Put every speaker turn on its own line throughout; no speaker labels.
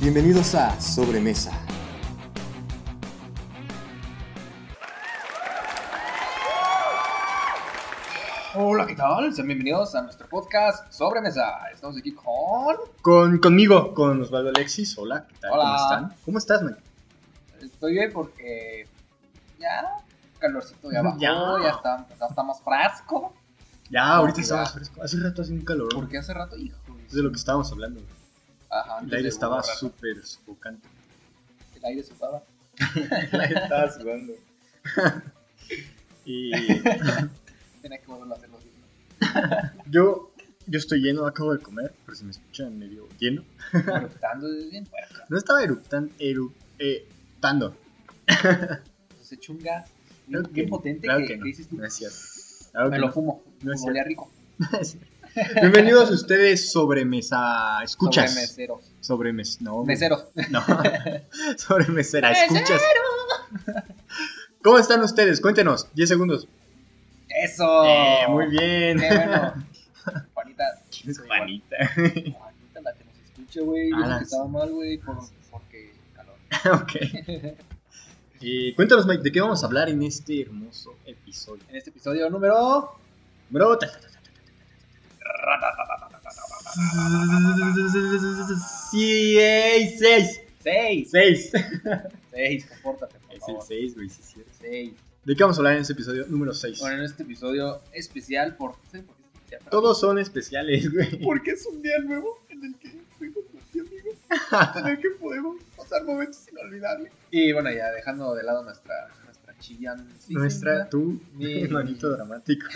Bienvenidos a Sobremesa.
Hola, ¿qué tal? Sean bienvenidos a nuestro podcast sobre mesa. Estamos aquí con.
Con, conmigo, con Osvaldo Alexis. Hola, ¿qué tal?
Hola.
¿Cómo están? ¿Cómo estás, man?
Estoy bien porque. Ya. Calorcito ya bajó, ya,
Ya.
está, ya está más fresco.
Ya, ahorita
Ya.
estamos frescos. Hace rato hacía un calor.
Porque hace rato, hijo.
Es de lo que estábamos hablando. güey.
Ajá, antes
El aire
de
estaba
borrar,
súper sofocante.
El aire sudaba.
El aire estaba sudando. y
Tenía que volver a hacerlo así. ¿no?
yo, yo estoy lleno, acabo de comer, pero si me escuchan medio lleno.
Eructando es bien puerca.
No estaba eh, eructan, eructando.
Se chunga.
Claro
Bien,
que
bien
no,
potente
claro
que,
que no.
que dices tú.
No es cierto. Claro
Me
que
lo
no.
fumo.
No es
me olía rico.
Bienvenidos ustedes sobre mesa. Escuchas.
Sobre
Sobre,
meseros.
mes. No. güey.
Meseros.
No, sobre mesera, escuchas. ¿Cómo están ustedes? Cuéntenos, 10 segundos.
Eso.
Eh, muy bien.
Qué bueno. Juanita. soy
Juanita.
Juanita, la que nos escucha, güey.
Ah,
dijo
la-
que estaba mal, güey, por- porque calor.
ok. Eh, cuéntanos, Mike, ¿de qué vamos a hablar en este hermoso episodio?
En este episodio número.
Bro, ta- 6.
6.
6.
6, compórtate, por
Es el
favor.
6, güey, sí, es cierto.
6.
¿De qué vamos a hablar en este episodio número 6?
Bueno, en este episodio especial, por. ¿sí? ¿Por qué es especial?
Todos son especiales, güey.
Porque es un día nuevo en el que fuimos así, amigos. En el que podemos pasar momentos inolvidables. Y bueno, ya dejando de lado nuestra, nuestra chillancísima-
Nuestra, tú,
Mi-
mi manito dramático.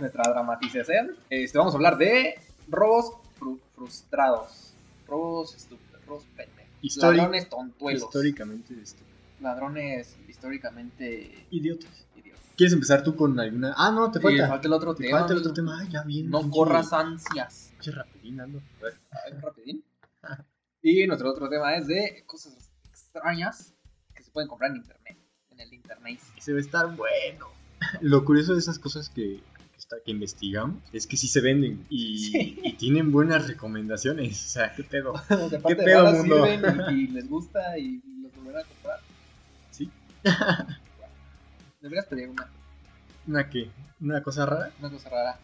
nuestra dramatización. Este, vamos a hablar de robos fru- frustrados, robos estúpidos, robos pendejos,
Históric-
ladrones tontuelos,
Históricamente, este,
ladrones históricamente
idiotas.
idiotas.
¿Quieres empezar tú con alguna? Ah, no, te
Y
falta.
falta el otro
Te
tema.
falta el otro
amigo.
tema. Ay, ya bien.
No
pinche-
corras ansias.
pinche rapidín, ando. A ver.
A ver, rapidín. Y nuestro otro tema es de cosas extrañas que se pueden comprar en internet, en el internet.
Se va a estar bueno. Lo curioso de esas cosas que, que está, que investigamos es que sí se venden y,
Sí.
y tienen buenas recomendaciones. O sea, qué pedo.
De parte de
pedo,
raras
mundo?
sirven y, y les gusta y los volverán a comprar.
Sí.
Deberías pedir una.
¿Una qué? ¿Una cosa rara?
una cosa rara.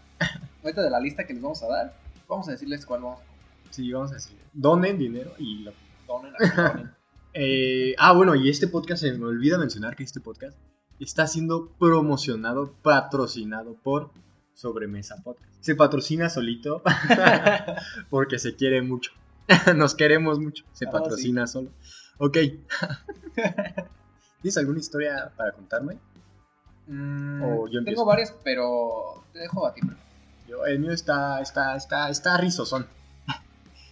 Ahorita de la lista que les vamos a dar, vamos a decirles cuál vamos a
Sí, vamos a decir. Donen dinero y lo-
donen a que donen.
eh, ah, bueno, y este podcast, se me olvida mencionar que este podcast está siendo promocionado, patrocinado por Sobremesa Podcast. Se patrocina solito porque se quiere mucho. Nos queremos mucho. Se
Ah,
patrocina solo. Ok. ¿Tienes alguna historia para contarme?
Mm,
O yo
tengo
empiezo.
varias, pero te dejo a ti. Está
Yo, el mío está, está, está, está rizosón.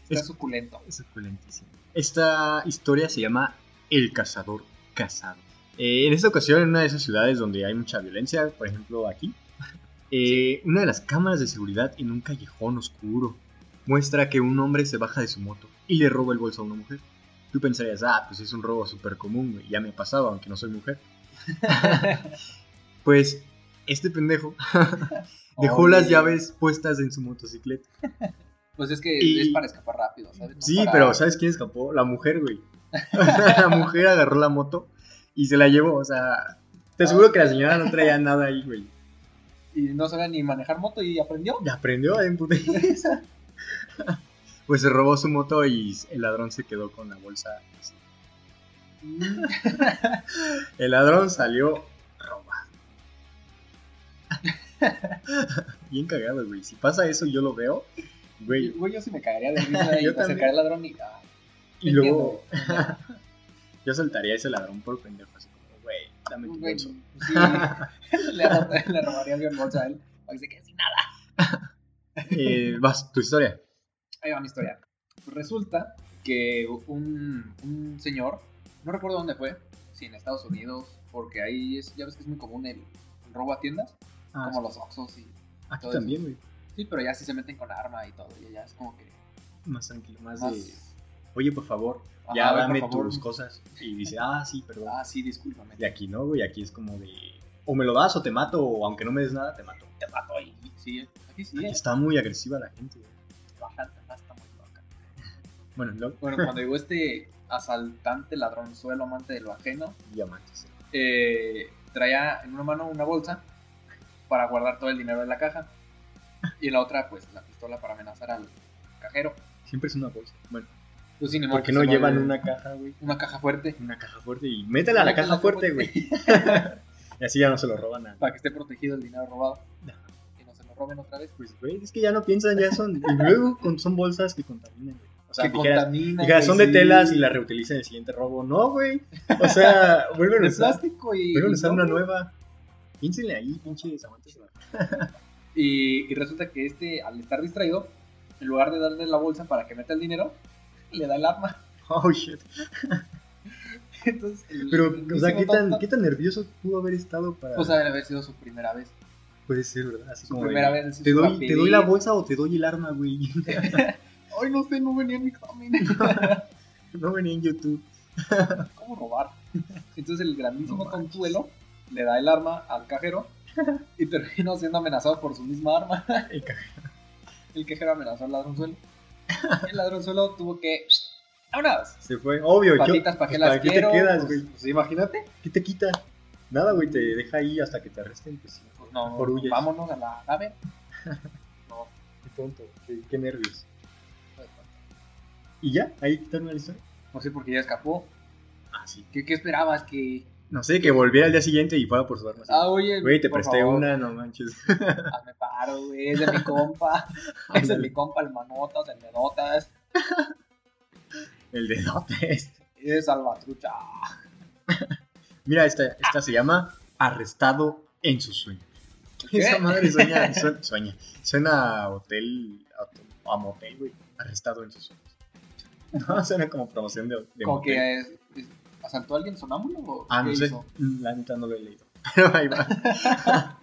Es-
suculento.
Es suculentísimo. Esta historia se llama El cazador casado. Eh, en esta ocasión, en una de esas ciudades donde hay mucha violencia, por ejemplo aquí, eh, una de las cámaras de seguridad en un callejón oscuro muestra que un hombre se baja de su moto y le roba el bolso a una mujer. Tú pensarías, ah, pues es un robo súper común, güey, ya me ha pasado, aunque no soy mujer. pues este pendejo dejó
Oye.
las llaves puestas en su motocicleta.
Pues es que
Y-
es para escapar rápido, ¿sabes? No
Sí,
para-
pero ¿sabes quién escapó? La mujer, güey. O sea, la mujer agarró la moto y se la llevó. O sea, te aseguro que la señora no traía nada ahí, güey.
Y no sabía ni manejar moto y aprendió.
La aprendió en putiza. Pues se robó su moto y el ladrón se quedó con la bolsa.
Mm,
El ladrón salió robado. Bien cagado, güey. Si pasa eso, yo lo veo, güey.
Güey, yo sí me caería de risa y
Yo
me acercaría al ladrón y. ah,
Y
entiendo,
luego
entiendo.
yo soltaría a ese ladrón por pendejo. Así como, güey, dame tu
Güey,
bolso.
sí, le, arro- le robaría mi bolsa a él. Para que se quede sin nada.
Eh, vas, tu historia.
Ahí va mi historia. Pues Resulta que un, un señor, no recuerdo dónde fue, si en Estados Unidos, porque ahí es, ya ves que es muy común el robo a tiendas,
Ah,
como los Oxxos y...
Aquí
todo eso.
también, güey.
Sí, pero ya sí se meten con arma y todo, y ya es como que...
Más tranquilo, más,
más-
de. Oye, por favor,
Ajá,
ya
a ver,
dame
por favor.
tus cosas. Y dice, ah, sí, perdón.
Ah, sí, discúlpame.
Y aquí no, güey. Aquí es como de. O me lo das o te mato, o aunque no me des nada, te mato.
Te mato ahí. Sí, aquí sí,
Aquí
eh.
está muy agresiva la gente, güey.
Bastante, está muy loca.
Bueno, lo
Bueno, cuando llegó este asaltante, ladronzuelo, amante de lo ajeno,
diamantes.
eh, traía en una mano una bolsa para guardar todo el dinero de la caja y en la otra, pues, la pistola para amenazar al cajero.
Siempre es una bolsa. Bueno,
Pues, sin embargo,
porque no
se va
llevan
el-
una caja, güey.
una caja fuerte
Una caja fuerte y métela a la
Métela
caja fuerte, güey. y así ya no se lo roban a.
para que esté protegido el dinero robado
Ajá.
y no se lo roben otra vez.
Pues, güey, es que ya no piensan, ya son. Y luego con- son bolsas que contaminan, güey. O sea,
que
dijeras,
contamina,
dijeras,
güey,
son de
sí.
telas y la reutilizan en el siguiente robo. No, güey. O sea, vuelven a
de
usar.
plástico y,
Vuelven a usar
no,
una
güey.
nueva. Piénsenle ahí, pinche desaguantes.
Y, y resulta que este, al estar distraído, en lugar de darle la bolsa para que meta el dinero, le da el arma.
Oh, shit.
Entonces, el-
Pero,
el
o sea, ¿qué
mismísimo
tan,
tonto,
¿qué tan nervioso pudo haber estado para...?
Pues ha de haber sido su primera vez.
puede ser, ¿verdad? Así
Su
como de,
primera vez. así,
Te
su
doy, te doy la
rapidín.
bolsa o te doy el arma, güey.
Ay, no sé, no venía en mi camino.
no venía en YouTube.
¿Cómo robar? Entonces, el grandísimo
No manches.
consuelo le da el arma al cajero y termina siendo amenazado por su misma arma.
El
El cajero amenazó al ladronzuelo. El ladronzuelo tuvo que. ¡Vámonos!
Se fue. Obvio, yo-
Patitas, ¿para qué
pues,
las
¿para qué
quiero?
te quedas,
Pues-
güey?
pues imagínate.
¿Qué te quita? Nada, güey, te deja ahí hasta que te arresten. Pues sí,
Pues no,
Por huyes.
vámonos a la nave. No,
qué tonto, qué, qué nervios.
pues,
¿Y ya? ¿Ahí termina la historia?
no sé por qué ya escapó.
Ah, sí.
¿Qué, qué esperabas? Que.
No sé, que volviera al día siguiente y fuera por su arma. sí.
Ah, oye.
Güey, te
por
presté
favor,
una, no manches.
Hazme paro, güey. Es de mi compa. es de mi compa, el manotas, el menotas.
El dedote este.
Es salvatrucha.
Mira, esta, esta se llama Arrestado en sus sueños.
¿Qué?
Esa madre sueña, sue- sueña. Suena a hotel, a, to- a motel, güey. Arrestado en sus sueños. No, suena como promoción de, de
Como
motel.
que es- es- asaltó a alguien sonámbulo o
Ah, no
qué
sé.
hizo?
La neta no lo he leído. Pero ahí va.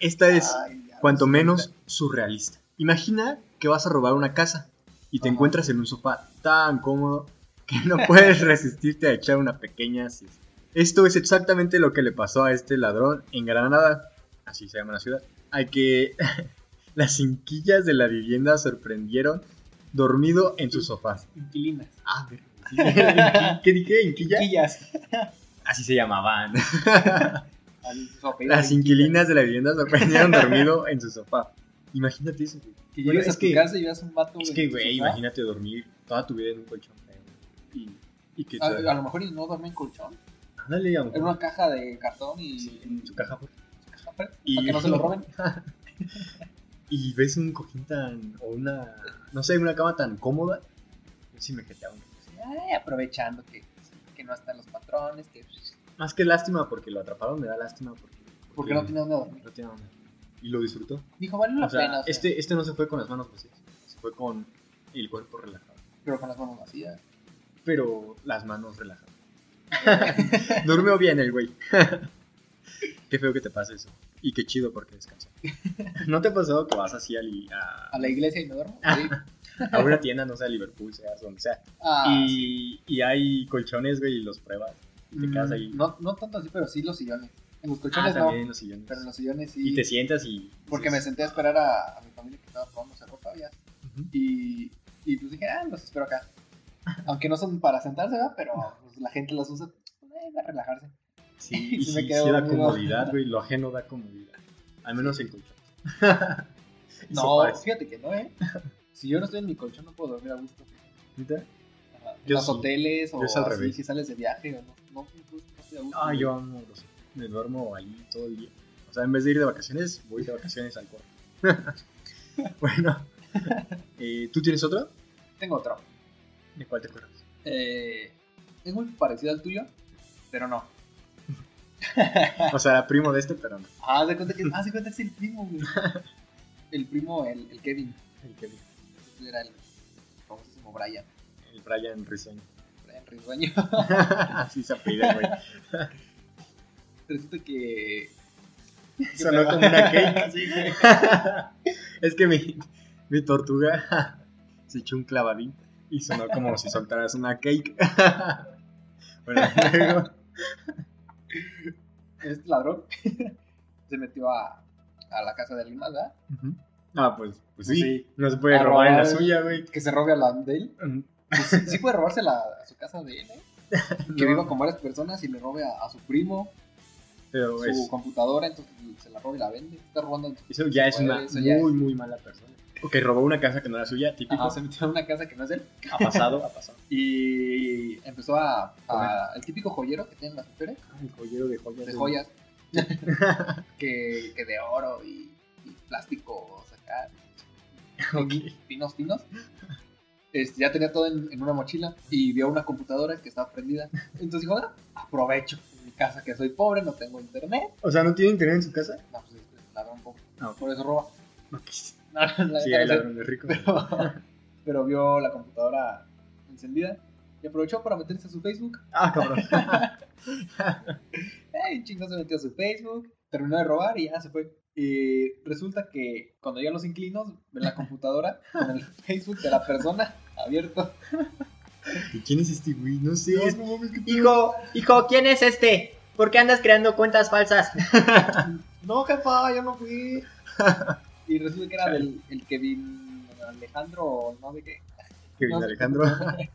Esta es,
Ay, ya
Pues, cuanto
ves,
menos, surrealista. Imagina que vas a robar una casa y te
Ajá.
encuentras en un sofá tan cómodo que no puedes resistirte a echar una pequeña siesta. Esto es exactamente lo que le pasó a este ladrón en Granada, así se llama la ciudad, al que las cinquillas de la vivienda sorprendieron dormido en su sofá.
Inquilinas.
Ah, verga, sí. ¿Qué dije? ¿Inquilla?
Quillas.
Así se llamaban.
Las
Las inquilinas de la vivienda sorprendieron dormido en su sofá. Imagínate eso, güey.
Que
Bueno,
llegas
es
a tu
que-
casa y veas un vato.
Es que,
en tu
güey,
sofá.
imagínate dormir toda tu vida en un colchón feo. Y, y que
A, a
te...
lo mejor y no duerme en colchón.
Ándale, a lo
En
mejor,
una caja de cartón y.
sí, en su caja. güey.
su caja fuerte,
Y-
Para que no se lo roben.
Y ves un cojín tan... O una... No sé, una cama tan cómoda. Yo sí me jeteaba. un poco.
pues, Ay, aprovechando que, que no están los patrones, que
Más que lástima porque lo atraparon, me da lástima porque...
porque no tiene dónde dormir.
No tiene dónde. Y lo disfrutó.
Dijo, vale la
O sea,
pena, o sea,
este, este no se fue con las manos vacías. Se fue con el cuerpo relajado.
pero con las manos vacías.
Pero las manos relajadas. Durmió bien el güey. qué feo que te pase eso. Y qué chido porque descansa. ¿No te ha pasado que vas así al- a,
A la iglesia y no duermo.
Ah,
Sí.
a una tienda, no sé, a Liverpool, sea donde sea?
Ah, sí.
Y, y hay colchones, güey, y los pruebas. Y te quedas
Mm,
ahí.
No, no tanto así, pero sí los sillones. En los
Ah,
colchones no,
también en los sillones.
pero en los sillones sí.
Y te sientas y.
porque me senté a esperar a, a mi familia que estaba probándose ropa ya.
Ujú.
Y, y pues dije, ah, los espero acá. Aunque no son para sentarse, ¿verdad? Pero pues, la gente los usa eh, para relajarse.
Sí, y
Sí me
sí,
quedo
sí da
dormido.
comodidad, güey. Lo ajeno da comodidad. Al menos en colchones. Y
No,
sofás.
fíjate que no, ¿eh? Si yo no estoy en mi colchón, no puedo dormir a gusto.
¿Neta?
Ajá, En
Yo
los
sí.
hoteles o
Yo es al
así,
revés.
si sales de viaje o no. No, no, no estoy a gusto.
Ah, yo amo los- Me duermo ahí todo el día. O sea, en vez de ir de vacaciones, voy de vacaciones al cuarto. bueno, eh, ¿tú tienes otro?
Tengo otro.
¿De cuál te acuerdas?
Eh, es muy parecido al tuyo, pero no.
O sea, primo de este, pero no.
Ah, haz de cuenta que, ah, haz de cuenta que es el primo, güey. El primo, el, el Kevin.
El, que, dijo,
Este Era el famosísimo Brian.
el Brian Risueño.
Brian Risueño.
Así se apellida, güey.
Resulta que.
Sonó como una cake.
Sí, güey.
es que mi, mi tortuga se echó un clavadín y sonó como si soltaras una cake. bueno, luego,
Este ladrón se metió a, a la casa de alguien más, ¿verdad?
ujú. Ah, pues, pues sí,
Sí.
No se puede
A
robar en la
robar.
suya, güey.
Que se robe a la de él.
Mm,
Pues, sí puede robarse la, a su casa de él, ¿eh? Que
No,
viva con varias personas y le robe a, a su primo
Pero
su
es-
computadora, entonces se la roba y la vende. Está robando. en su-
eso ya es
Bueno,
una
eso
muy,
ya es-
muy mala persona. O que robó una casa que no era suya, típico.
Ajá, se metió en una casa que no es él.
Ha pasado, ha pasado.
Y empezó a, a- el típico joyero que tienen las mujeres,
Ay, joyero de joyas.
de joyas, que, que de oro y, y plástico, acá,
Ok.
finos, finos. Este, ya tenía todo en, en una mochila y vio una computadora que estaba prendida. Entonces dijo, "Ah, aprovecho en mi casa que soy pobre, no tengo internet.
O sea, ¿no tiene internet en su casa?
No, pues es- es ladrón pobre.
Ah, ok.
Por eso roba.
Ok.
No, la neta
Sí,
no
hay
sé.
ladrones ricos.
pero, pero vio la computadora encendida y aprovechó para meterse a su Facebook.
Ah, cabrón.
Ay, chingón se metió a su Facebook, terminó de robar y ya se fue. Y resulta que cuando llegan los inquilinos, ven la computadora con el Facebook de la persona abierto.
¿Y quién es este güey? No sé. es-
Hijo, hijo, ¿quién es este? ¿Por qué andas creando cuentas falsas?
No, jefa, yo no fui. Y resulta que era del el Kevin Alejandro o no sé qué.
Kevin
no sé.
Alejandro.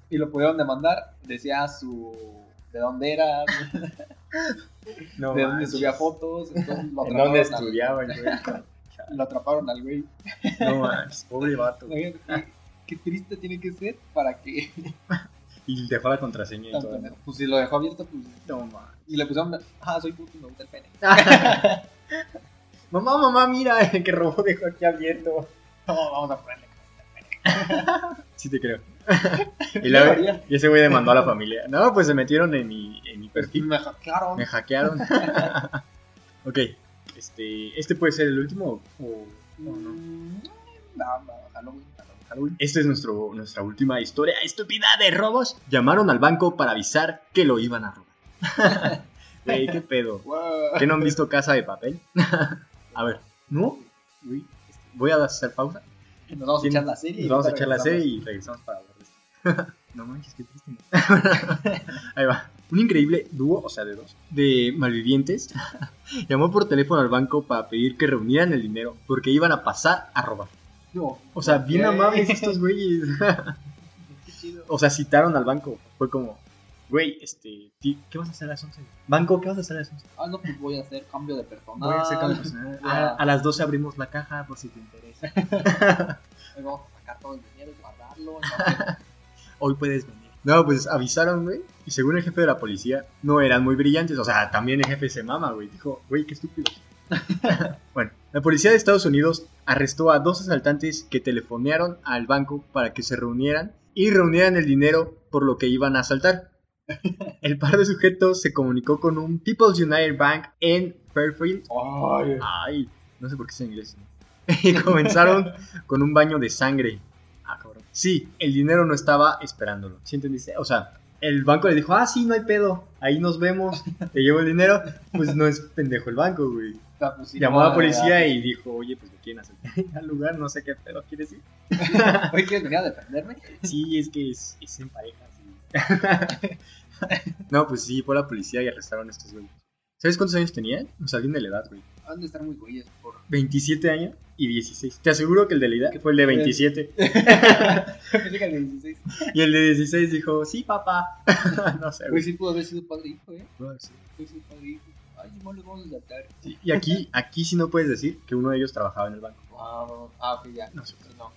Y lo pudieron demandar, decía su... de dónde era,
No
de dónde
manches.
subía fotos, entonces lo
¿En dónde
atraparon al-
estudiaba el güey?
lo atraparon al güey.
No manches, pobre vato.
Imagínate qué- qué triste tiene que ser para que
Y dejó la contraseña y
tan
todo.
pendejo. Pues si lo dejó abierto, pues.
No manches.
Y le pusieron, ah, soy puto y me gusta el pene.
Mamá, mamá, mira, el que robó dejó aquí abierto.
No, vamos a ponerle.
Sí te creo. y,
la
luego- y ese güey demandó a la familia. No, pues se metieron en mi, en mi perfil.
Me hackearon.
Me hackearon. ok. Este, ¿Este puede ser el último o
No, no. No, Halloween, Halloween.
Halloween? Esta Este es nuestro, nuestra última historia estúpida de robos. Llamaron al banco para avisar que lo iban a robar. Güey, qué pedo.
Wow.
¿Qué no han visto Casa de Papel? a ver, ¿no? Güey, este, Voy a hacer pausa.
Nos vamos a
¿Quién-
echar la serie. y
Nos vamos a
ahorita
echar la serie y
regresamos.
regresamos para hablar de esto. no manches, qué triste. Ahí va. Un increíble dúo, o sea, de dos, de malvivientes, llamó por teléfono al banco para pedir que reunieran el dinero porque iban a pasar a robar.
No,
O sea, bien
Ok.
amables estos güeyes.
qué chido.
o sea, citaron al banco. Fue como, güey, este, ti- ¿qué vas a hacer a las 11? Banco, ¿qué vas a hacer a las 11?
Ah, no, pues voy a hacer cambio de personal.
Voy a hacer cambio personal.
Ah.
A, a las 12 abrimos la caja por si te interesa.
Ahí Vamos a sacar todo el dinero, guardarlo. entonces,
Hoy puedes venir. No, pues avisaron, güey. Y según el jefe de la policía, no eran muy brillantes. O sea, también el jefe se mama, güey. Dijo, güey, qué estúpido. bueno, la policía de Estados Unidos arrestó a dos asaltantes que telefonearon al banco para que se reunieran y reunieran el dinero por lo que iban a asaltar. El par de sujetos se comunicó con un People's United Bank en Fairfield.
Ay.
Ay, no sé por qué es en inglés. ¿no? y comenzaron con un baño de sangre. Ah, cabrón. Sí, el dinero no estaba esperándolo. ¿Sí entendiste? O sea, el banco le dijo, ah, sí, no hay pedo. Ahí nos vemos. Te llevo el dinero. Pues no es pendejo el banco, güey.
o sea, pues, sí,
Llamó a la
no,
policía y dijo, oye, pues me quieren hacer al lugar, no sé qué pedo quieres ir.
ya. Oye, ¿quieres venir a defenderme?
Sí, es que es, es en pareja. sí. no, pues sí, fue la policía y arrestaron a estos güeyes. ¿Sabes cuántos años tenían? O sea, bien de la edad, güey.
Han de estar muy güeyes por
27 años y 16. Te aseguro que el de la edad fue el de 27.
Pensé que el de 16.
Y el de 16 dijo, sí, papá. no sé,
Güey,
güey.
sí pudo haber sido padre e hijo, eh.
No sé.
Pudo haber sido padre e hijo. Ay, no lo vamos a saltar.
Sí, Y aquí, aquí sí no puedes decir que uno de ellos trabajaba en el banco.
Wow. Ah, ok, ya.
No
No
sé.
No.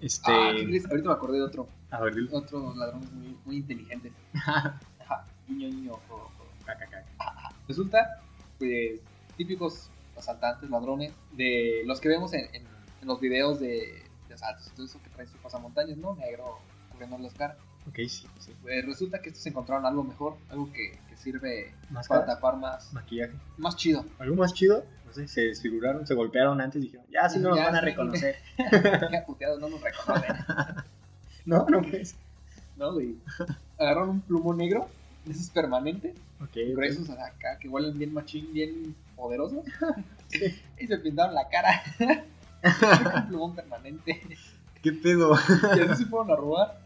Este,
Ah, ¿qué crees? Ahorita me acordé de otro.
a ver, dilo.
Otros ladrones muy, muy inteligentes. Ajá. Niño, niño, ojo, ojo.
Ca, ca, ca.
Resulta, pues, típicos asaltantes, ladrones, de los que vemos en, en- en los videos de, de asaltos. Todo eso que trae su pasamontañas, ¿no? Negro cubriendo las caras.
Ok, sí, sí.
Pues resulta que estos encontraron algo mejor, algo que, que sirve para
Máscara,
tapar más,
maquillaje.
más chido.
¿Algo más chido? No sé, se desfiguraron, se golpearon antes y dijeron, ya, sí no nos
Ya,
van a
sí.
reconocer.
Ya puteados no nos reconocen.
no, no pues.
¿no? güey? agarraron un plumón negro, de esos permanentes,
Ok, pues,
gruesos acá, que huelen bien machín, bien poderosos, y se pintaron la cara con un plumón permanente.
¿qué pedo?
Y así se fueron a robar,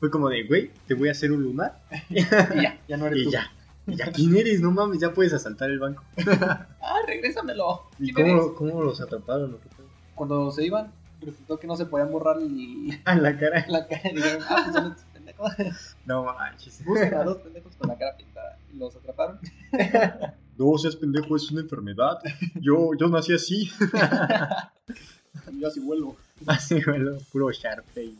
Fue como de, güey, te voy a hacer un lunar
y ya, ya no eres
y
tú.
ya. ¿Y ya quién eres? No mames, ya puedes asaltar el banco.
¡Ah, regrésamelo!
¿Y
¿Quién eres?
cómo, cómo los atraparon? o qué pedo?
Cuando se iban, resultó que no se podían borrar el-
A la cara.
la cara. Y dijeron, ah, pues son estos pendejos.
No manches.
Buscan a dos pendejos con la cara pintada. Y los atraparon.
No seas pendejo, es una enfermedad. Yo, yo nací así.
Y yo así vuelvo.
Así, bueno, puro Sharpay.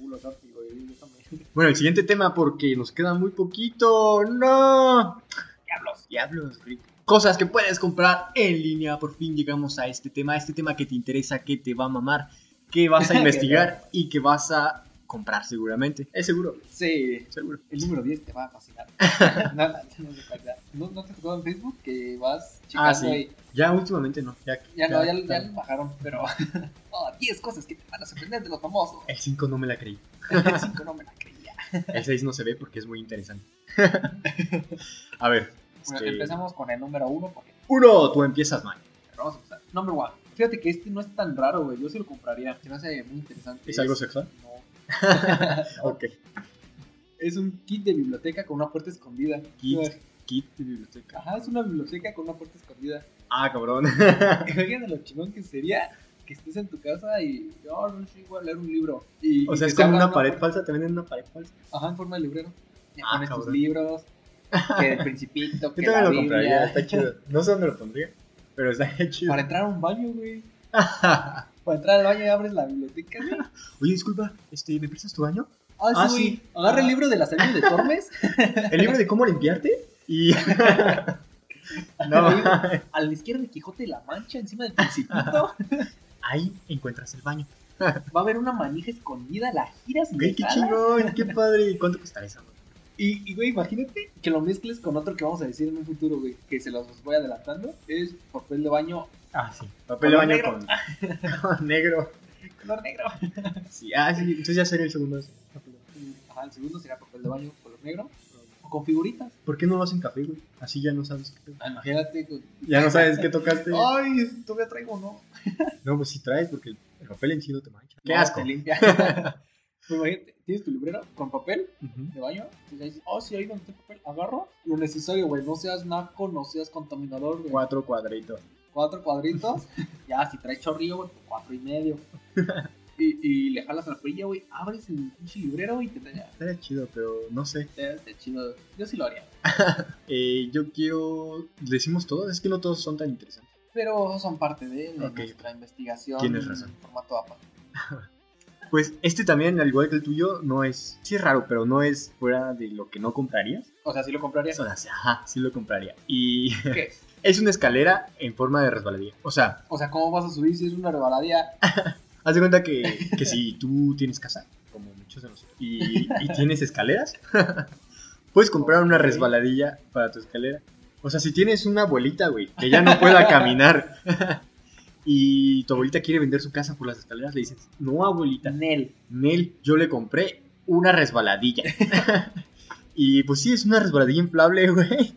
Ulo, Santi, güey, yo también.
Bueno, el siguiente tema porque nos queda muy poquito. ¡No!
Diablos.
Diablos, Rick. Cosas que puedes comprar en línea. Por fin llegamos a este tema. Este tema que te interesa, que te va a mamar, que vas a investigar y que vas a comprar seguramente. Es seguro,
Sí,
seguro.
el número 10 te va a fascinar. no, no, no, se puede creer. ¿No, ¿No te tocó en Facebook que vas checando
Ah, sí.
ahí?
Ya últimamente no. Ya,
Ya, no, ya, ya
está.
lo bajaron, pero. Oh, 10 cosas que te van a sorprender de los famosos.
El 5 no me la creí.
El 5 no me la creía.
El 6 no se ve porque es muy interesante. a ver.
Bueno,
este,
empecemos con el número 1 porque
Uno, tú empiezas, man.
pero vamos a empezar. Number 1. Fíjate que este no es tan raro, güey. Yo sí lo compraría. Se me hace muy interesante.
¿Es algo sexual?
No.
Ok.
Es un kit de biblioteca con una puerta escondida.
Kit. Kit pues, de biblioteca.
Ajá, es una biblioteca con una puerta escondida.
Ah, cabrón.
Imagínate lo chingón que sería que estés en tu casa y yo no sé, voy a leer un libro. Y,
O
y
sea,
que
es
te
como
abran
una pared
puerta-
falsa, te venden una pared falsa.
Ajá, en forma de librero. Ya
Ah,
pones tus
cabrón.
libros, que el principito, que
Yo
la
también lo
Biblia.
compraría, está chido. No sé dónde lo pondría, pero está chido.
Para entrar a un baño, güey. Para entrar al baño y abres la biblioteca, güey.
Oye, disculpa, este, ¿me prestas tu baño?
Ah,
Ah,
sí, güey.
sí.
Agarra el libro de las años de Tormes.
¿El libro de cómo limpiarte? Y... no,
A la izquierda de Quijote de la Mancha, encima del principito.
ahí encuentras el baño.
Va a haber una manija escondida, la giras,
Güey,
güey.
qué chingón, qué padre. ¿Cuánto costará esa? güey?
Y, y, güey, imagínate que lo mezcles con otro que vamos a decir en un futuro, güey, que se los voy adelantando. Es papel de baño
Ah, sí. Papel de baño
Color
con... con negro.
color negro.
Sí, ah, sí, entonces ya sería el segundo.
Ajá, el segundo será papel de baño color negro. O con figuritas.
¿Por qué no lo hacen café, güey? Así ya no sabes qué...
Ah, Imagínate. güey.
Ya no sabes qué tocaste.
Ay, todavía traigo, ¿no?
No, pues si traes, porque el papel en sí no te mancha. Qué
No,
asco.
Te limpia. Pero imagínate, tienes tu librero con papel
Ujú.
de baño. Y ahí dices, oh, sí, ahí donde tengo papel, agarro. Lo necesario, güey. No seas naco, no seas contaminador, güey.
Cuatro cuadritos.
cuatro cuadritos. ya, si traes chorrillo, güey, pues cuatro y medio. Y, y le jalas a la frilla, güey, abres el pinche librero, güey, y te te-
Estaría chido, pero no sé.
te- te chido. Yo sí lo haría.
Eh, yo quiero. ¿Le decimos todos? Es que no todos son tan interesantes.
Pero son parte de la-
Ok.
nuestra investigación.
Tienes razón.
En formato APA.
Pues este también, al igual que el tuyo, no es. Sí, es raro, pero no es fuera de lo que no comprarías.
O sea, sí lo compraría.
Eso, ajá, sí lo compraría. Y
¿Qué es?
es una escalera en forma de resbaladilla. O sea,
O sea, ¿cómo vas a subir si es una rebaladía?
haz de cuenta que, que si tú tienes casa, como muchos de nosotros, y, y tienes escaleras, puedes comprar una
Ok.
resbaladilla para tu escalera. O sea, si tienes una abuelita, güey, que ya no pueda caminar. Y tu abuelita quiere vender su casa por las escaleras, le dices, no abuelita,
Nel.
Nel, yo le compré una resbaladilla. y pues sí, es una resbaladilla inflable, güey.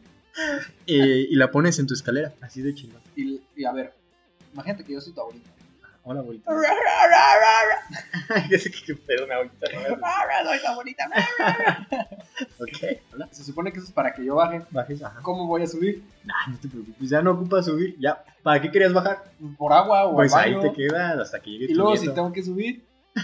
Eh, y la pones en tu escalera, así de chingón.
Y, y a ver, imagínate que yo soy tu abuelita.
Hola, abuelita. Ya sé que- que perdón, abuelita. no,
soy tu abuelita.
ok, hola.
Se supone que eso es para que yo baje.
Bajes, ajá.
¿Cómo voy a subir?
Nah, no te preocupes, ya no ocupas subir, ya. ¿Para qué querías bajar?
¿Por agua o
Pues
al
ahí
baño?
te quedas hasta que llegue
Y
tu
luego
nieto.
si tengo que subir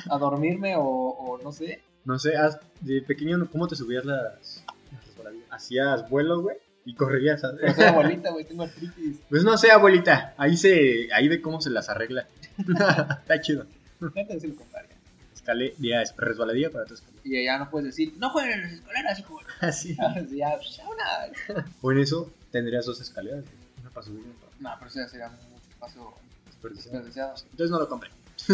a dormirme o, o no sé.
No sé, haz- de pequeño, ¿cómo te subías las, las resbaladillas? Hacías vuelo, güey, y correrías. a-
Pero soy abuelita, güey, tengo artritis.
Pues no sé, abuelita. Ahí se, ahí ve cómo se las arregla. Está chido.
Fíjate si lo compraría.
Escalé, ya, es resbaladilla para tu escalera.
Y allá no puedes decir, no jueguen en las escaleras, hijo.
Así.
Así ya, pues, ya una.
O en eso tendrías dos escaleras. güey. Una para subir y una para
No, pero eso ya sería mucho espacio
desperdiciar.
desperdiciado.
Entonces no lo compré.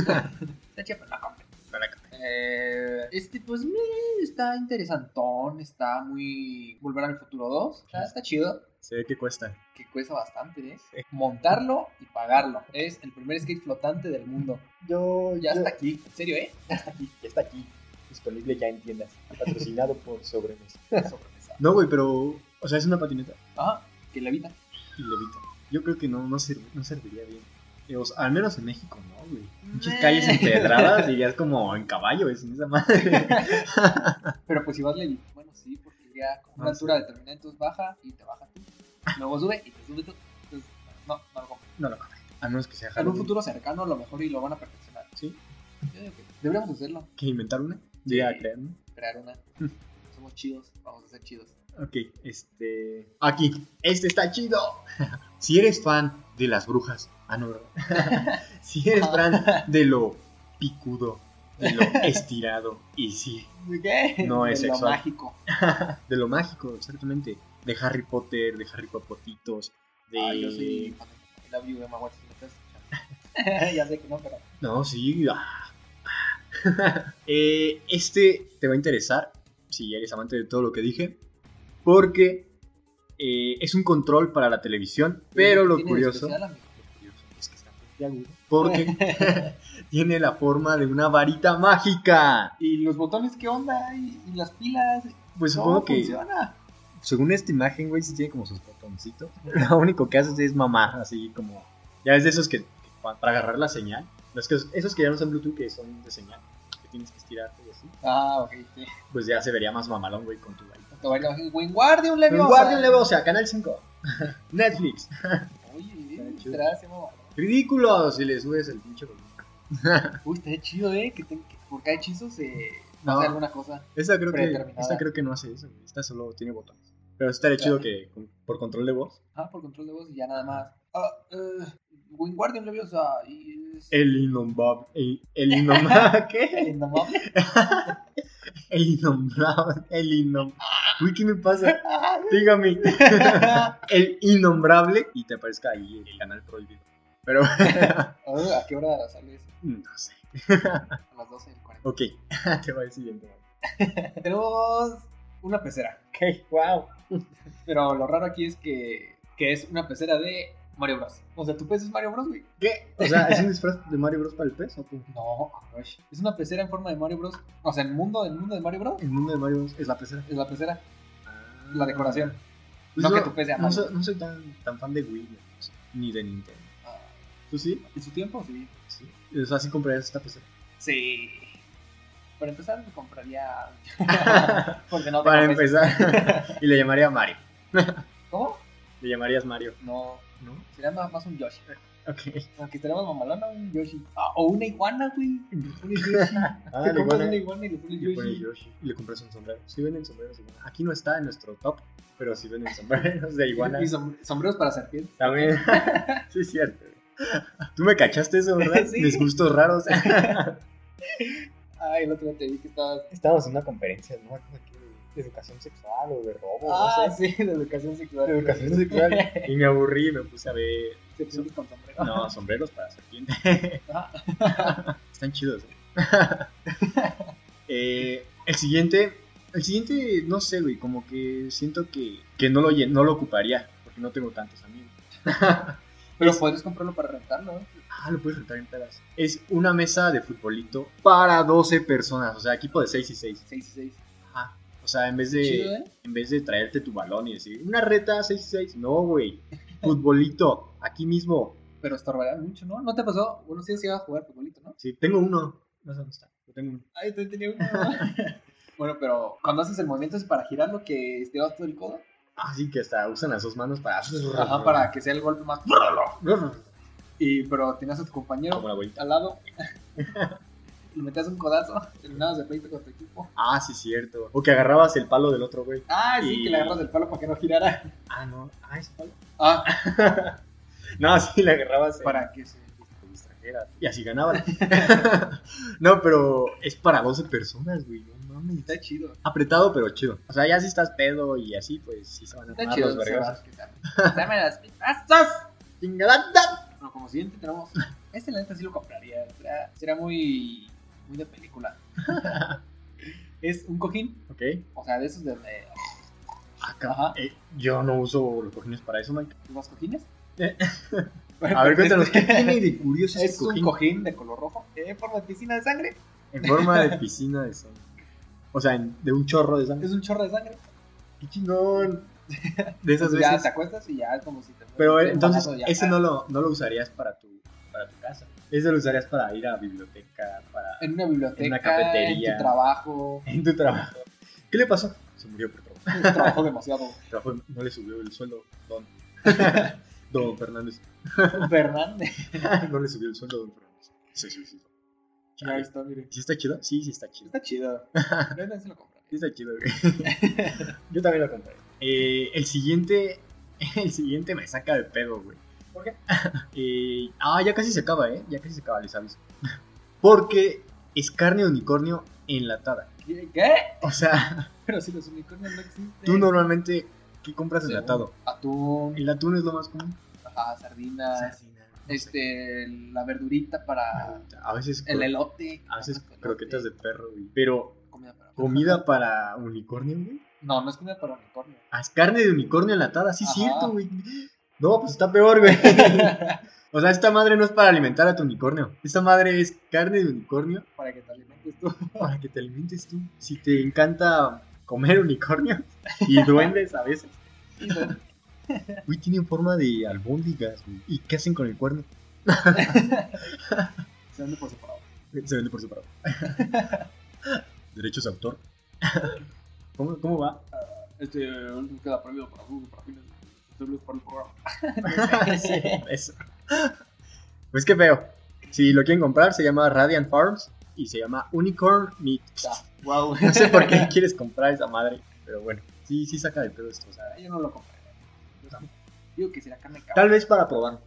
Está chido, pero pues, no compren.
No la compré.
Eh, este, pues, meh, está interesantón. Está muy. Volver al futuro 2. Está, está chido.
Se ve que cuesta.
Que cuesta bastante, ¿eh? Montarlo y pagarlo. Es el primer skate flotante del mundo.
Yo
Ya está aquí. En serio, ¿eh?
aquí. Ya está aquí. Disponible ya en tiendas. Patrocinado por Sobremesa.
Sorpresa.
No, güey, pero. O sea, es una patineta
Ajá. Que levita.
y levita. Yo creo que no, no, sir- no serviría bien. Eh, o sea, al menos en México, ¿no, güey? Muchas
Meh.
calles empedradas y ya es como en caballo, es en esa madre.
Pero pues si vas levita. Bueno, sí, porque ya con una
No,
altura
Ah, sí.
determinada, entonces baja y te baja tú. Luego sube y te sube tú. Entonces, no, no lo compro.
No lo compré. A menos que sea
En un
Halloween.
futuro cercano, a lo mejor y lo van a perfeccionar.
Sí.
Yo digo que Deberíamos hacerlo.
¿Que inventar una? Ya,
Sí.
crear una.
Crear una. Somos chidos. Vamos a ser chidos.
Ok, este. Aquí, este está chido. si eres fan de las brujas. Ah, no, ¿verdad? si eres fan de lo picudo, de lo estirado. Y sí,
¿De qué?
No es
De
sexual.
Lo mágico.
de lo mágico, exactamente. De Harry Potter, de Harry Popotitos. De...
Ah, yo soy. I love you, Emma Watson. ¿me estás escuchando? ya sé que no, pero.
No, sí. ah. Eh, este te va a interesar si eres amante de todo lo que dije, porque eh, es un control para la televisión, pero lo
Tiene de
curioso,
especial, amigo.
lo curioso es que está puntiagudo, porque tiene la forma de una varita mágica.
¿Y los botones qué onda? ¿Y, y las pilas?
Pues
¿Cómo
supongo que,
funciona?
según esta imagen, güey, sí tiene como sus botoncitos. Lo único que haces es mamar, así como, ya ves de esos que, que pa- para agarrar la señal, los que- esos que ya no son Bluetooth, que son de señal, que tienes que estirarte y así.
Ah, ok, sí.
pues ya se vería más mamalón, güey, con tu baile.
Te va a ir la- Wingardium Leviosa.
Guardian Levosa, Canal 5. Netflix.
Oye,
Está chido.
literal, se llama-
Ridículo si le subes el pinche volumen.
Uy, está chido, ¿eh? Que te- que por cada hechizo se
No.
hace alguna cosa.
Esta creo, que,
Predeterminada.
esta creo que no hace eso, güey. Esta solo tiene botones. Pero estaría
Claro.
chido que con- por control de voz.
Ah, por control de voz y ya nada más. Ah, eh, Wingardium Leviosa y... es-
El innombrable. El, el innombrable.
el
¿Qué?
indomable.
El innombrable. El innombrable. Uy, ¿qué me pasa? Dígame. El innombrable. Y te aparezca ahí el canal prohibido. Pero
Ah, ¿A qué hora sales?
no sé.
A las 12 del 40.
Ok. Te va el siguiente.
Tenemos una pecera.
Ok, wow.
Pero lo raro aquí es que, que es una pecera de Mario Bros. O sea, tu pez es Mario Bros, güey.
¿Qué? O sea, ¿es un disfraz de Mario Bros para el pez? ¿O qué?
No, Rush. Es una pecera en forma de Mario Bros. O sea, el mundo del mundo de Mario Bros.
El mundo de Mario Bros es la pecera.
Es la pecera, la decoración.
Pues
no que tu pez sea
no,
Mario.
soy, no soy tan, tan fan de Wii, no, no sé, ni de Nintendo.
Ah,
¿Tú sí?
¿En su tiempo? Sí.
Sí. O sea, sí comprarías esta pecera.
Sí. Para empezar, me compraría. Porque no tengo
para
pez.
empezar. y le llamaría Mario.
¿Cómo?
Le llamarías Mario.
No,
¿No?
sería más, más un Yoshi.
Ok.
Aunque estaríamos mamalona, un Yoshi. Ah, o una iguana, güey. Un Yoshi.
Ah,
Te
le
compras
pones-
una iguana y le pones
le pones
Yoshi.
Yoshi. Y pues, le compras un sombrero. Sí venden sombreros de iguana. Aquí no está en nuestro top, pero sí venden sombreros de iguana.
Y som- sombreros para serpientes.
También. sí, es cierto. Tú me cachaste eso, ¿verdad?
Sí.
Mis gustos raros.
Ay, Ah, el otro día te vi que estabas.
Estábamos en una conferencia, ¿no? Algo aquí de educación sexual o de robo,
Ah,
no sé.
sí, de educación sexual.
De educación sexual. Y me aburrí y me puse a ver.
Serpientes con sombrero.
No, sombreros para serpientes.
Ah.
Están chidos, ¿eh? Eh, El siguiente. El siguiente, no sé, güey. Como que siento que, que no, lo, lle- no lo ocuparía. Porque no tengo tantos amigos.
Pero puedes comprarlo para rentarlo. ¿eh?
Ah, lo puedes rentar en pedazos. Es una mesa de futbolito para 12 personas. O sea, equipo de 6 y 6.
6 y 6.
Ajá. O sea, en vez de.
Chido, ¿eh?
En vez de traerte tu balón y decir, una reta 6-6. No, güey. Futbolito, aquí mismo.
Pero estorbará mucho, ¿no? ¿No te pasó? Bueno, sí, sí iba a jugar futbolito, ¿no?
Sí, tengo uno. No sé dónde está. Yo tengo uno.
Ay, te tenía uno. bueno, pero cuando haces el movimiento es para girarlo que te vas todo el codo.
Así Ah, que hasta usan las dos manos para.
Ajá, para que sea el golpe más.
Como
Y, pero tenías a tu compañero
la abuelita.
al lado. Le metías un codazo, terminabas de pleito con tu equipo.
Ah, sí, cierto. O que agarrabas el palo del otro, güey.
Ah, sí,
Y-
que le agarras el palo para que no girara.
Ah, no. Ah, ese palo.
Ah,
No, sí, le agarrabas. el-
para que se.
te distrajeras. Y así ganaban. no, pero es para 12 personas, güey. No mames.
Está chido.
Apretado, pero chido. O sea, ya si estás pedo y así, pues sí se van a
Está
armar
chido.
los vergas.
Sebas, que sabe. Dame las pitazas.
Chingadata.
Bueno, como siguiente tenemos. Este, la neta, sí lo compraría. Será, será muy. Muy de película. es un cojín.
Ok.
O sea, de esos de. eh,
Acá.
Ajá.
Eh, yo no uso los cojines para eso, Mike.
¿Los cojines?
Eh.
Bueno,
A ver,
pues,
cuéntanos, ¿qué
este,
tiene de curioso ese
Es un
cojín
cojín de color rojo. Eh, forma de piscina de sangre.
en forma de piscina de sangre? O sea, en- de un chorro de sangre.
Es un chorro de sangre.
¡Qué chingón! De esas
Entonces, ya
veces.
te acuestas y ya es como si te.
Pero eh,
te
entonces,
embarazas ya.
ese no lo, no lo usarías para tu, para tu casa. Ese lo usarías para ir a biblioteca, para...
En una biblioteca,
En
en,
una cafetería.
tu trabajo.
en tu trabajo. ¿Qué le pasó? Se murió por trabajo.
Un trabajo demasiado.
Trabajo- No le subió el sueldo, don. don Fernández.
Fernández.
No le subió el sueldo, don Fernández. Se suicidó.
Ahí
Chale.
está, mire.
¿Sí está chido? Sí, sí está chido.
Está chido. Neta, se lo compra.
Sí está chido, güey. Yo también lo compré. Eh, el siguiente. El siguiente me saca de pedo, güey.
¿Por qué?
Eh, ah, ya casi se acaba, ¿eh? Ya casi se acaba, les aviso. Porque es carne de unicornio enlatada.
¿Qué? ¿Qué?
O sea,
Pero si los unicornios no existen.
tú normalmente, ¿qué compras
Según
enlatado?
Atún,
El atún es lo más común.
ajá, sardinas, este, la verdurita para
A veces, Ah,
el Ah,
cro-
elote.
a veces
elote,
croquetas de perro, güey. Pero,
Comida para...
¿comida para unicornio, güey?
No, no es comida para unicornio.
Haz carne de unicornio enlatada, sí, es
Ajá.
cierto, güey. No, pues está peor, güey. o sea, esta madre no es para alimentar a tu unicornio. Esta madre es carne de unicornio
para que te alimentes tú.
para que te alimentes tú. Si te encanta comer unicornio y duendes a veces.
Y bueno,
Güey, tienen forma de albóndigas, güey. ¿Y qué hacen con el cuerno?
se vende por separado.
Se vende por separado. Derechos de autor. ¿Cómo, cómo va?
Este último queda prohibido para Google, para fines. Solo es para el programa.
Sí, eso. Pues qué feo. Si lo quieren comprar, se llama Radiant Farms y se llama Unicorn Meat.
Wow.
No sé por qué quieres comprar esa madre, pero bueno, sí, sí saca de pedo esto. o sea,
Yo no lo compré. Yo tampoco. Digo que será carne de caballo.
tal vez para probar.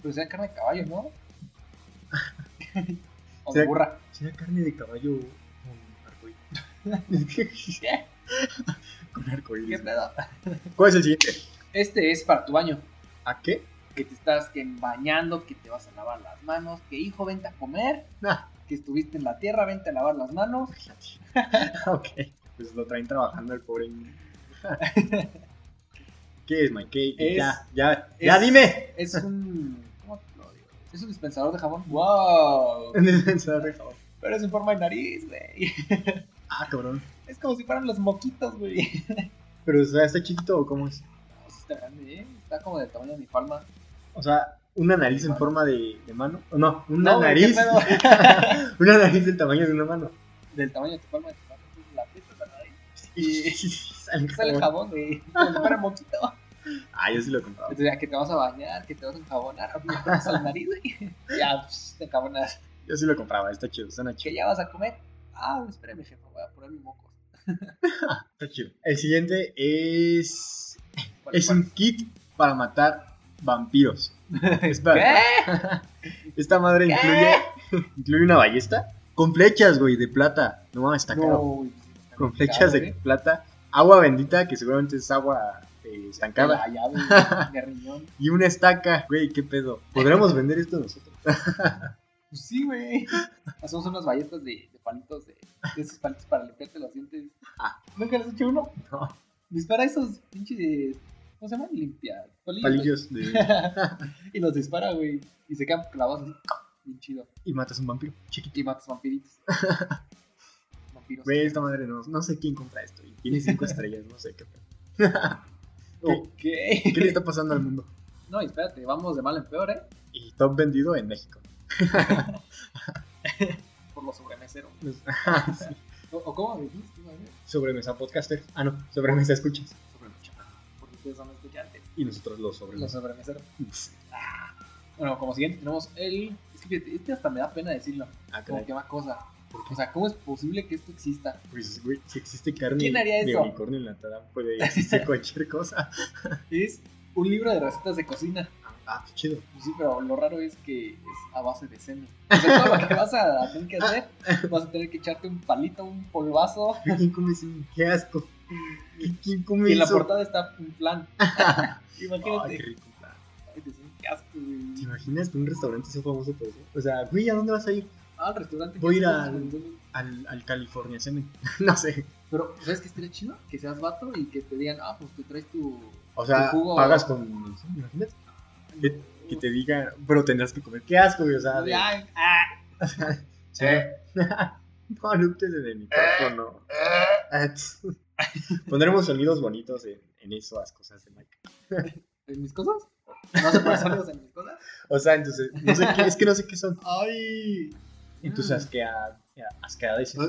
Pero será carne de caballo, ¿no? o de
Será-
burra.
¿Será carne de caballo con arcoíris?
¿Qué?
con
¿Qué
arcoíris.
pedo?
¿Cuál es el siguiente?
Este es para tu baño.
¿A qué?
Que te estás que bañando, que te vas a lavar las manos, que hijo, vente a comer,
Ah,
que estuviste en la tierra, vente a lavar las manos.
ok. Pues lo traen trabajando el pobre. ¿Qué es, Mike? ¿Qué-
Es-
ya, ya, ya
es-
dime.
Es un. ¿Cómo te lo digo? Es un dispensador de jabón. ¡Wow! Pero es en forma de nariz, güey.
ah, cabrón.
Es como si fueran los moquitos, güey.
Pero, o sea, ¿está chiquito o cómo es?
No, sí está grande, ¿eh? Está como del tamaño de mi palma.
O sea, una nariz en forma de, de mano. O no, una
No, güey, ¿qué
nariz.
pedo?
una nariz del tamaño de una mano.
del tamaño de tu palma de tu mano. La aprietas la nariz.
Y
Y-
sale
Sale
jabón.
jabón, güey. Como si fuera moquito.
Ah, yo sí lo he comprado.
Entonces, ya que te vas a bañar, que te vas a enjabonar, rápido te vas al nariz, güey. Ya, psh, te enjabonas.
Yo sí lo compraba, está chido, suena
Que
chido.
ya vas a comer. Ah, espérame, jefe, voy a poner mi moco.
Está chido. El siguiente es.
¿Cuál,
Es
cuál?
un kit para matar vampiros. Espera,
¿Qué?
esta madre incluye, incluye una ballesta con flechas, güey, de plata. No mames, está caro.
No,
Con flechas de plata, agua bendita, que seguramente es agua eh, estancada.
La llave, güey, de riñón.
y una estaca. Güey, qué pedo. ¿Podremos vender esto nosotros?
Pues sí, güey. Hacemos unas ballestas de, de palitos, de, de esos palitos para limpiarte los dientes.
Ah.
¿Nunca les has hecho uno?
No.
Dispara esos pinches. ¿Cómo se llaman? Limpiar.
Palillos de...
y los dispara, güey. Y se quedan clavados así. Bien chido.
Y matas un vampiro. Chiquito.
Y matas vampiritos. Vampiros.
Güey, esta madre no, no sé quién compra esto. Y tiene cinco estrellas, no sé qué pedo.
Ok.
¿Qué le está pasando al mundo?
No, y espérate, vamos de mal en peor, ¿eh?
Y top vendido en México.
Por los sobremesero.
Sí.
¿O, o cómo dijiste? güey?
Sobremesa podcaster. Ah, no. Sobremesa escuchas.
Sobremesero. Porque ustedes son escuchantes.
Y nosotros los
Los
sobremesa.
sobremeseros. Bueno, como siguiente tenemos el. Es que fíjate, este hasta me da pena decirlo.
Ah,
Como
caray.
que va cosa. O sea, ¿cómo es posible que esto exista?
Pues, güey, si existe carne
¿Quién haría
de
eso?
unicornio enlatada, puede existir cualquier cosa.
Es un libro de recetas de cocina.
Ah, qué chido.
Pues sí, pero lo raro es que es a base de semen. O sea, todo lo que vas a tener que hacer, vas a tener que echarte un palito, un polvazo.
¿Quién come eso? Qué asco. ¿Quién come
Y en la
eso?
portada está un plan.
Ay, qué
Imagínate.
rico.
Ay, te siento qué asco, güey.
¿Te imaginas que un restaurante sea famoso por eso? O sea, güey, ¿a dónde vas a ir?
Ah, el restaurante.
Voy a ir
¿Qué
al-
tal?
Al, al California Semen. no sé.
Pero, ¿sabes qué estaría chido? Que seas vato y que te digan, ah, pues te traes tu.
O sea,
tu jugo.
pagas con. Imagínate que, que te digan, pero tendrás que comer. Qué asco, güey. O sea, de-
Ay, ah,
suena- no eruptes en el micrófono. Pondremos sonidos bonitos en, en eso, las cosas de Mike.
¿En mis cosas? ¿No se ponen sonidos en mis cosas?
O sea, entonces, no sé qué, es que no sé qué son.
Ay.
Entonces, asquea, asqueadeces.
Yo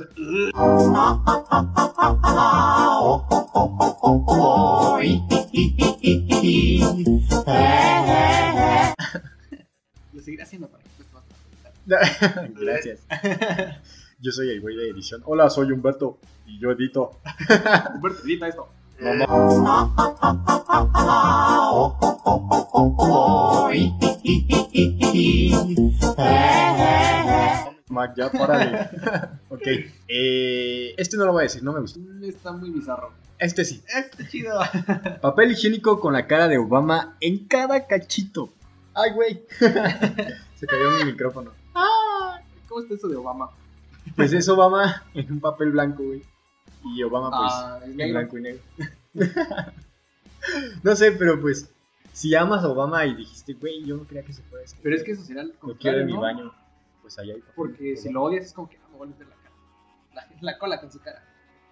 seguir haciendo para que cueste más barato.
Gracias. Yo soy el güey de edición. Hola, soy Humberto y yo edito.
Humberto, edita esto.
Mac, ya párale. ok. eh, este no lo voy a decir, no me gusta.
Mm, Está muy bizarro.
Este sí.
Está chido.
Papel higiénico con la cara de Obama en cada cachito. Ay, güey. Se cayó mi micrófono.
¿Cómo está eso de Obama?
Pues es Obama en un papel blanco, güey. Y Obama, pues,
Ah, es
en
negro.
blanco y negro. no sé, pero pues, si amas a Obama y dijiste, güey, yo no creía que se fuera así.
Pero es que eso será el
Lo quiero
contrario,
en mi
¿no?
baño. Pues allá hay.
Porque si lo odias es como que ah, me voy a limpiar la cara. La, la cola con su cara.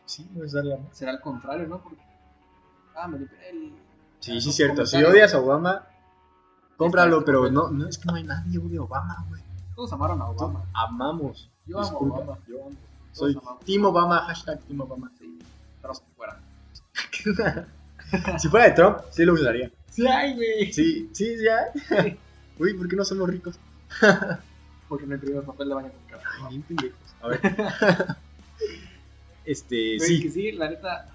Sí, pues dale amor.
Será el contrario, ¿no? Porque, ah, me limpié el...
Sí, sí,
Los
cierto. Si
comentarios.
odias a Obama, cómpralo,
Está-
pero no, no es que no hay nadie odia a Obama, güey.
Todos amaron a Obama.
Amamos.
Yo amo a
Disculpa,
Obama.
Yo amo.
Todos
Soy
amamos.
Team Obama, hashtag Team Obama.
Sí, pero fuera.
si fuera de Trump, sí lo usaría.
Sí, ay, güey.
Sí, sí, ya. Uy, ¿por qué no somos ricos?
Porque no imprimimos papel de baño con cara.
Ay, bien pendejos. A ver. este,
Güey,
sí.
que sí, la neta.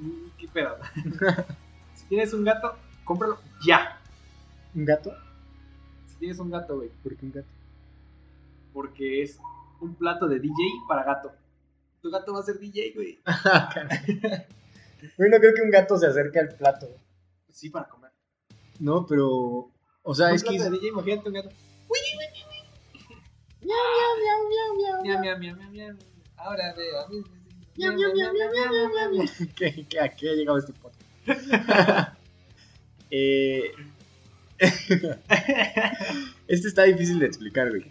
mm, Qué pedo. si tienes un gato, cómpralo ya.
¿Un gato?
Si tienes un gato, güey.
¿Por qué un gato?
Porque es un plato de DJ para gato. Tu gato va a ser DJ, güey.
Uy, Ah, no creo que un gato se acerque al plato.
Sí, para comer.
No, pero. O sea,
un
Ah, es que.
plato de DJ, imagínate un gato. Miau, miau, miau, miau, miau. Ahora veo a mis vecinos. Miau, miau, miau, miau, miau, miau, miau, miau.
¿Qué, qué, ¿A qué ha llegado este podcast? Eh, este está difícil de explicar, güey.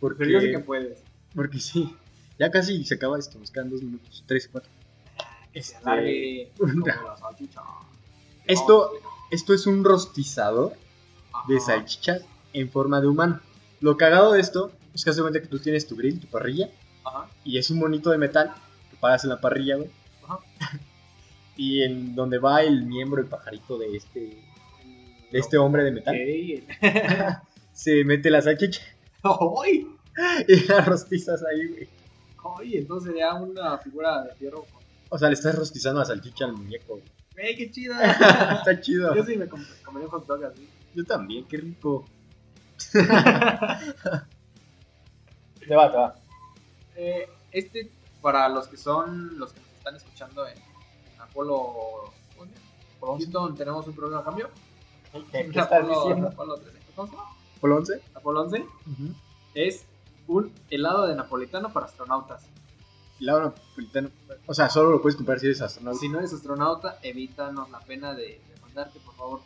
Porque,
Pero yo sé que puedes.
porque sí, ya casi se acaba esto, nos quedan dos minutos, tres, cuatro.
Se
Este,
alargue
una-
como la salchicha.
Esto- esto es un rostizador
Ajá.
de salchichas en forma de humano. Lo cagado de esto es que hace cuenta que tú tienes tu grill, tu parrilla,
Ajá.
y es un monito de metal que pagas en la parrilla, güey.
Ajá.
Y en donde va el miembro, el pajarito de este, de este hombre de metal.
Ok.
se mete la salchicha
¡Ay!
y la rostizas ahí, güey.
Oye, entonces sería una figura de fierro. con-
O sea, le estás rostizando la salchicha al muñeco. güey.
¡Ey, qué chido!
Está chido.
Ah, Yo sí me com- comería un hot dog así.
Yo también, qué rico. te va, te va.
Eh, este, para los que son, los que nos están escuchando en, en Apolo ¿dónde? Houston, tenemos un programa a cambio.
¿Qué,
En
qué estás
Apolo,
diciendo?
Apolo 13. ¿Cómo se llama?
¿Por 11?
Apolo 11 es un helado de napolitano para astronautas.
Laura Napolitano. pues, O sea, solo lo puedes comprar si eres astronauta.
Si no eres astronauta, evítanos la pena de, de mandarte, por favor.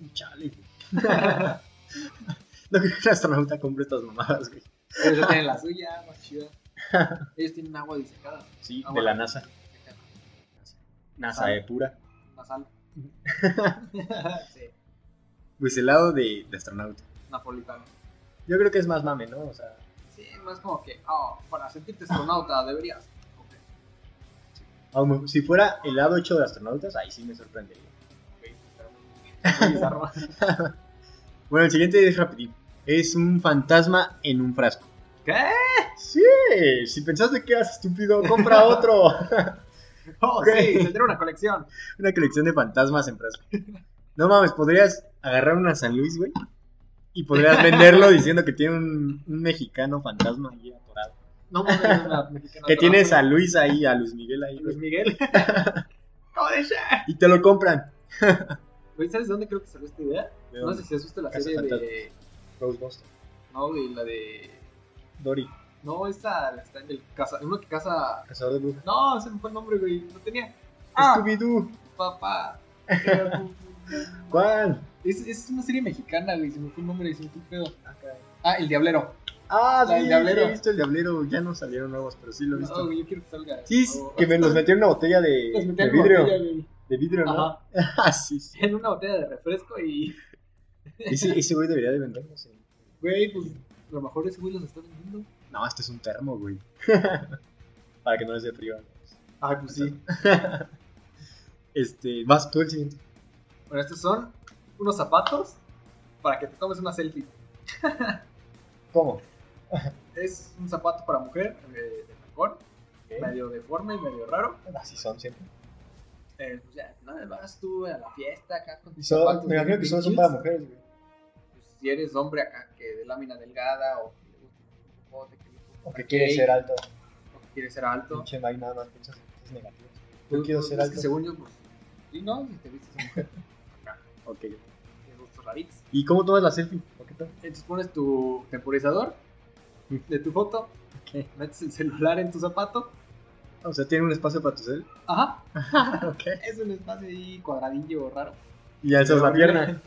Chale, güey. No creo que un astronauta compre estas mamadas, güey.
Ellos ya tienen la suya, más chida. Ellos tienen agua disecada.
Sí,
Ah,
de
bueno.
la NASA. Ah. NASA de pura.
La sal. sí,
Pues el lado de, de astronauta.
napolitano.
Yo creo que es más mame, ¿no? O sea,
Sí, más como que, oh, para sentirte astronauta deberías. Ok,
A lo mejor, si fuera helado hecho de astronautas, ahí sí me sorprendería.
ok, pero muy bizarro.
Bueno, el siguiente es rapidito. Es un fantasma en un frasco.
¿Qué?
Sí, si pensaste que eras estúpido, compra otro.
Oh, sí, tendré una colección.
Una colección de fantasmas en frasco. No mames, podrías agarrar una San Luis, güey. Y podrías venderlo diciendo que tiene un, un mexicano fantasma ahí atorado.
No mames, una mexicana.
Que
atrás.
tienes a Luis ahí, a Luis Miguel ahí.
Luis
güey,
Miguel. ¿Cómo de ser?
Y te lo compran.
Güey, ¿Sabes de dónde creo que salió esta idea? No sé si has visto la
Casa
serie
Fantasma.
de.
Rosebuster.
No, güey, la de.
Dory,
No, esta, la que está en el casa. Uno que casa.
cazador de brujas.
No, se me fue el nombre, güey. No tenía. Ah,
Scooby-Doo.
papá.
¿Cuál?
Es, es una serie mexicana, güey. Se me fue el nombre, se me fue el pedo. Ah, El Diablero.
Ah,
La
sí,
del Diablero.
sí, he visto el diablero, ya no salieron nuevos, pero sí lo he
No,
visto.
güey, yo quiero que salga.
sí, sí, que me los metió en una botella de,
Los metí
de
en una
vidrio.
botella, güey.
de vidrio, ¿no?
Ajá,
Ah, sí, sí.
en una botella de refresco y,
Ese, ese güey debería de venderlos. en-
güey, pues a lo mejor ese güey los está vendiendo.
No, este es un termo, güey. Para que no les dé frío.
Ah, pues sí.
Este, vas tú el siguiente.
Bueno, estos son unos zapatos para que te tomes una selfie.
¿Cómo?
Es un zapato para mujer eh, de tacón,
Ok.
medio deforme, medio raro.
ah,
Así son siempre.
Eh, pues ya, no vas tú a la fiesta acá con
Y
tus
solo-
zapatos
me imagino
bien
que solo son
pinches.
para mujeres, güey.
Pues, si eres hombre acá que de lámina delgada o que le gusta un bote, que le gusta
O
un
que quiere
cake,
ser alto.
o que quiere ser alto.
Pinche Mike, nada más pinches pinches negativos.
Pues,
quiero
pues,
ser
es
alto.
Que según yo, pues, y no, si te vistes de mujer,
Ok.
tienes gustos raritos.
¿Y cómo tomas la selfie? ¿Por qué tal?
Entonces pones tu temporizador de tu foto, metes el celular en tu zapato,
O sea, tiene un espacio para tu selfie.
ajá,
Ok.
es un espacio ahí cuadradillo raro.
Y alzas la
Pero,
pierna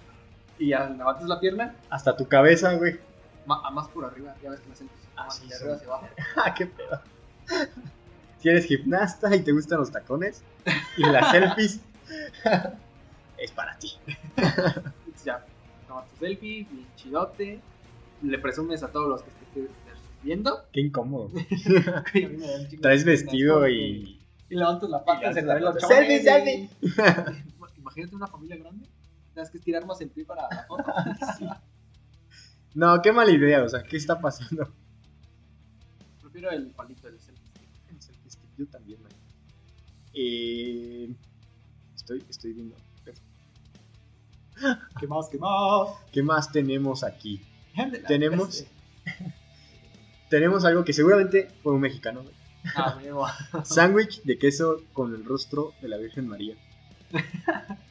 Y ya levantas la pierna,
hasta tu cabeza, güey.
ma- a más por arriba, ya ves que las selfies,
Ah,
más
sí,
de
sí.
arriba hacia abajo.
Ah, qué pedo. Si eres gimnasta y te gustan los tacones y las selfies, es para ti.
Entonces ya, tomas tu selfie, bien chidote, le presumes a todos los que te estén viendo.
Qué incómodo.
Y a mí me da un chingo
Traes
de
vestido
pena,
y.
Y levantas la
Y
pata y se
haces
te
la
ven los
foto.
chones.
Selfie, selfie.
Imagínate una familia grande, tienes que estirar más el pie para la foto.
No, qué mala idea, o sea, ¿qué está pasando?
Prefiero el palito del selfie.
El selfie stick, Yo también, man. Eh, estoy, estoy viendo.
¿Qué más? ¿Qué más?
¿Qué más tenemos aquí? Tenemos. Tenemos algo que seguramente fue un mexicano. güey.
Ah, huevo.
Sándwich de queso con el rostro de la Virgen María.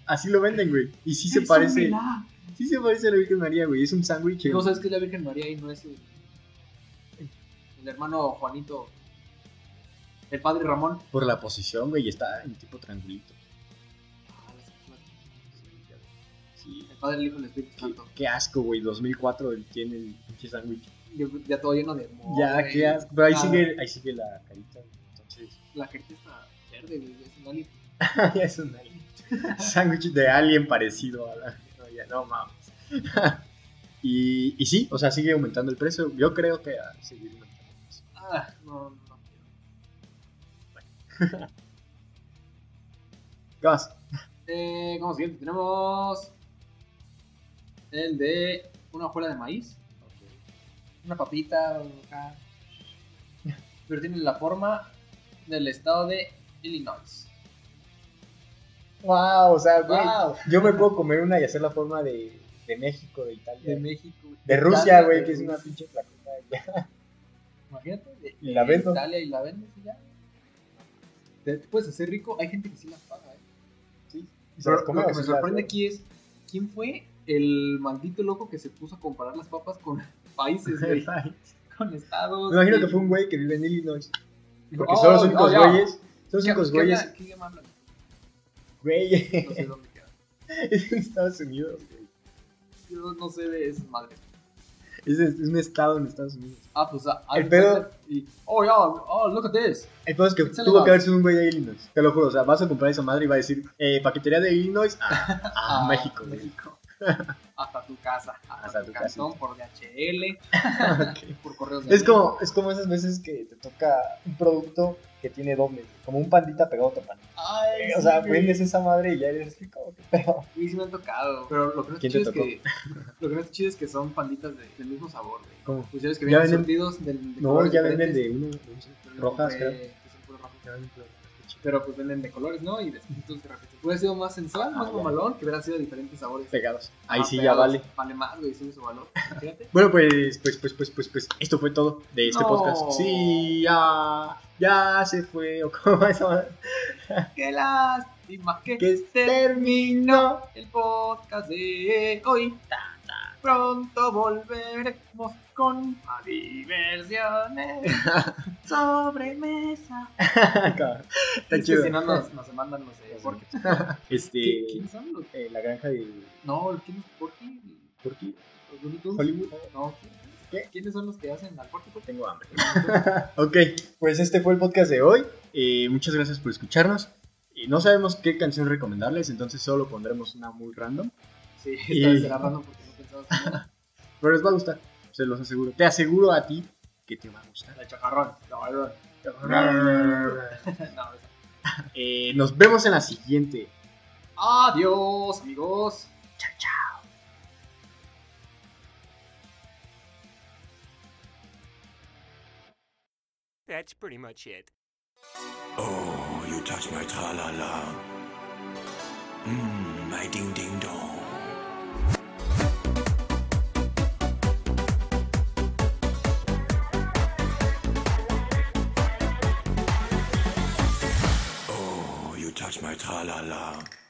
Así lo venden, güey. Y sí se
Es
parece.
un milagro.
Sí se parece a la Virgen María, güey. Es un sándwich.
No
en-
sabes que es la Virgen María y no es el, el hermano Juanito, el padre Ramón.
Por la posición, güey. y Está en tipo triangulito.
Ah, las-
Sí.
El padre, el hijo, el Espíritu
Qué,
Santo.
qué asco, güey. 2004 él tiene el pinche sándwich.
Ya, ya todo lleno de moho,
ya,
güey.
qué asco. Pero ahí
Ah,
sigue, ahí sigue la carita. güey, Entonces.
La gente está verde, güey, es un alien.
ya es un alien. Sándwich de alien parecido a la. No, ya, no mames. y, y sí, o sea, sigue aumentando el precio. Yo creo que va a seguir aumentando el precio.
Ah, no, no quiero.
¿Qué más?
Eh, como siguiente tenemos el de una hojuela de maíz. Una papita. acá. Pero tiene la forma del estado de Illinois.
Wow, o sea, güey.
Wow.
Yo me puedo comer una y hacer la forma de, de México, de Italia.
De
De,
México.
Rusia,
Italia,
güey,
de
que es una
Rusia.
pinche flacota. ya.
Imagínate. De,
Y la
de
vendo.
Italia y la vendes y ya. Te, te puedes hacer rico. Hay gente que sí las paga, ¿eh?
Y se
Pero
las come
lo que
así,
me
las-
sorprende aquí es quién fue el maldito loco que se puso a comparar las papas con países, güey, con estados.
Me imagino
y-
que fue un güey que vive en Illinois.
Dijo,
Porque son los
"Oh,
únicos
oh, ya".
güeyes. Son los
¿Qué-
únicos
qué
güeyes.
habla- qué idioma hablan?
Güey,
No sé dónde queda.
es en Estados Unidos, güey.
Yo no sé de esas madres.
Es, es un estado en Estados Unidos.
Ah, pues. ah,
El
ah,
pedo-
Y, oh, yeah, oh, look at this.
El pedo es que
Pizza
tuvo
Lounge.
que haber sido un güey de Illinois. Te lo juro, o sea, vas a comprar esa madre y va a decir, eh, paquetería de Illinois a, a
Ah,
México, güey.
México. Hasta tu casa. Hasta,
Hasta
tu,
tu
cantón por DHL,
Ok.
por correos de
Es
envío.
como, es como esas veces que te toca un producto que tiene doble, como un pandita pegado a otro pan.
Ay,
eh,
o sea,
sí, güey.
vendes esa madre y ya eres rico, qué pedo.
Sí, sí me han tocado. Pero lo que no está
¿Quién te
chido es
tocó?
que. Lo que no está chido es que son panditas de- del mismo sabor, güey.
¿Cómo?
Pues ya ves que
Ya
vienen
venden-
surtidos del. de
No,
colores
ya venden
diferentes.
de uno, de unos
Yo me
rojas,
compré-
creo.
que son puros rojos.
Ya venden puras rojas, qué chido.
Pero pues venden de colores, ¿no? Y de entonces de repente. Hubiera sido más sensual,
Ah,
más
ya.
mamalón, que hubieran sido diferentes sabores.
Pegados. Ahí
Ah,
sí ya
pegados.
vale.
Vale más, güey, sube su valor. Fíjate.
Bueno, pues, pues, pues, pues, pues, pues, esto fue todo de este
No.
podcast. Sí, ya, ya se fue, o cómo va esa madre.
Qué lástima que,
Que terminó.
el podcast de hoy. Pronto volveremos con más diversiones sobre mesa.
Cabrón. Está
Es que
chido.
Si no nos, nos demandan, no sé. Porque,
Este,
¿Quién son los?
eh, la granja de
No, ¿quién es Porky?
Turkey,
¿Los Looney Tunes?
Hollywood.
No, ¿quién es?
¿Qué?
¿quiénes son los que hacen al Porky? Porky?
Tengo hambre. ok, pues este fue el podcast de hoy. Eh, muchas gracias por escucharnos. Y no sabemos qué canción recomendarles, entonces solo pondremos una muy random.
Sí,
Y-
esta vez era random porque no pensaba en nada.
Pero les va a gustar, se los aseguro. Te aseguro a ti que te va a gustar.
La chacarrón. No, no, no, esa.
Eh, nos vemos en la siguiente.
Adiós, amigos.
that's pretty much it.
Oh, you touch my tra la la. Mmm, my ding ding dong. Oh, you touch my tra la la.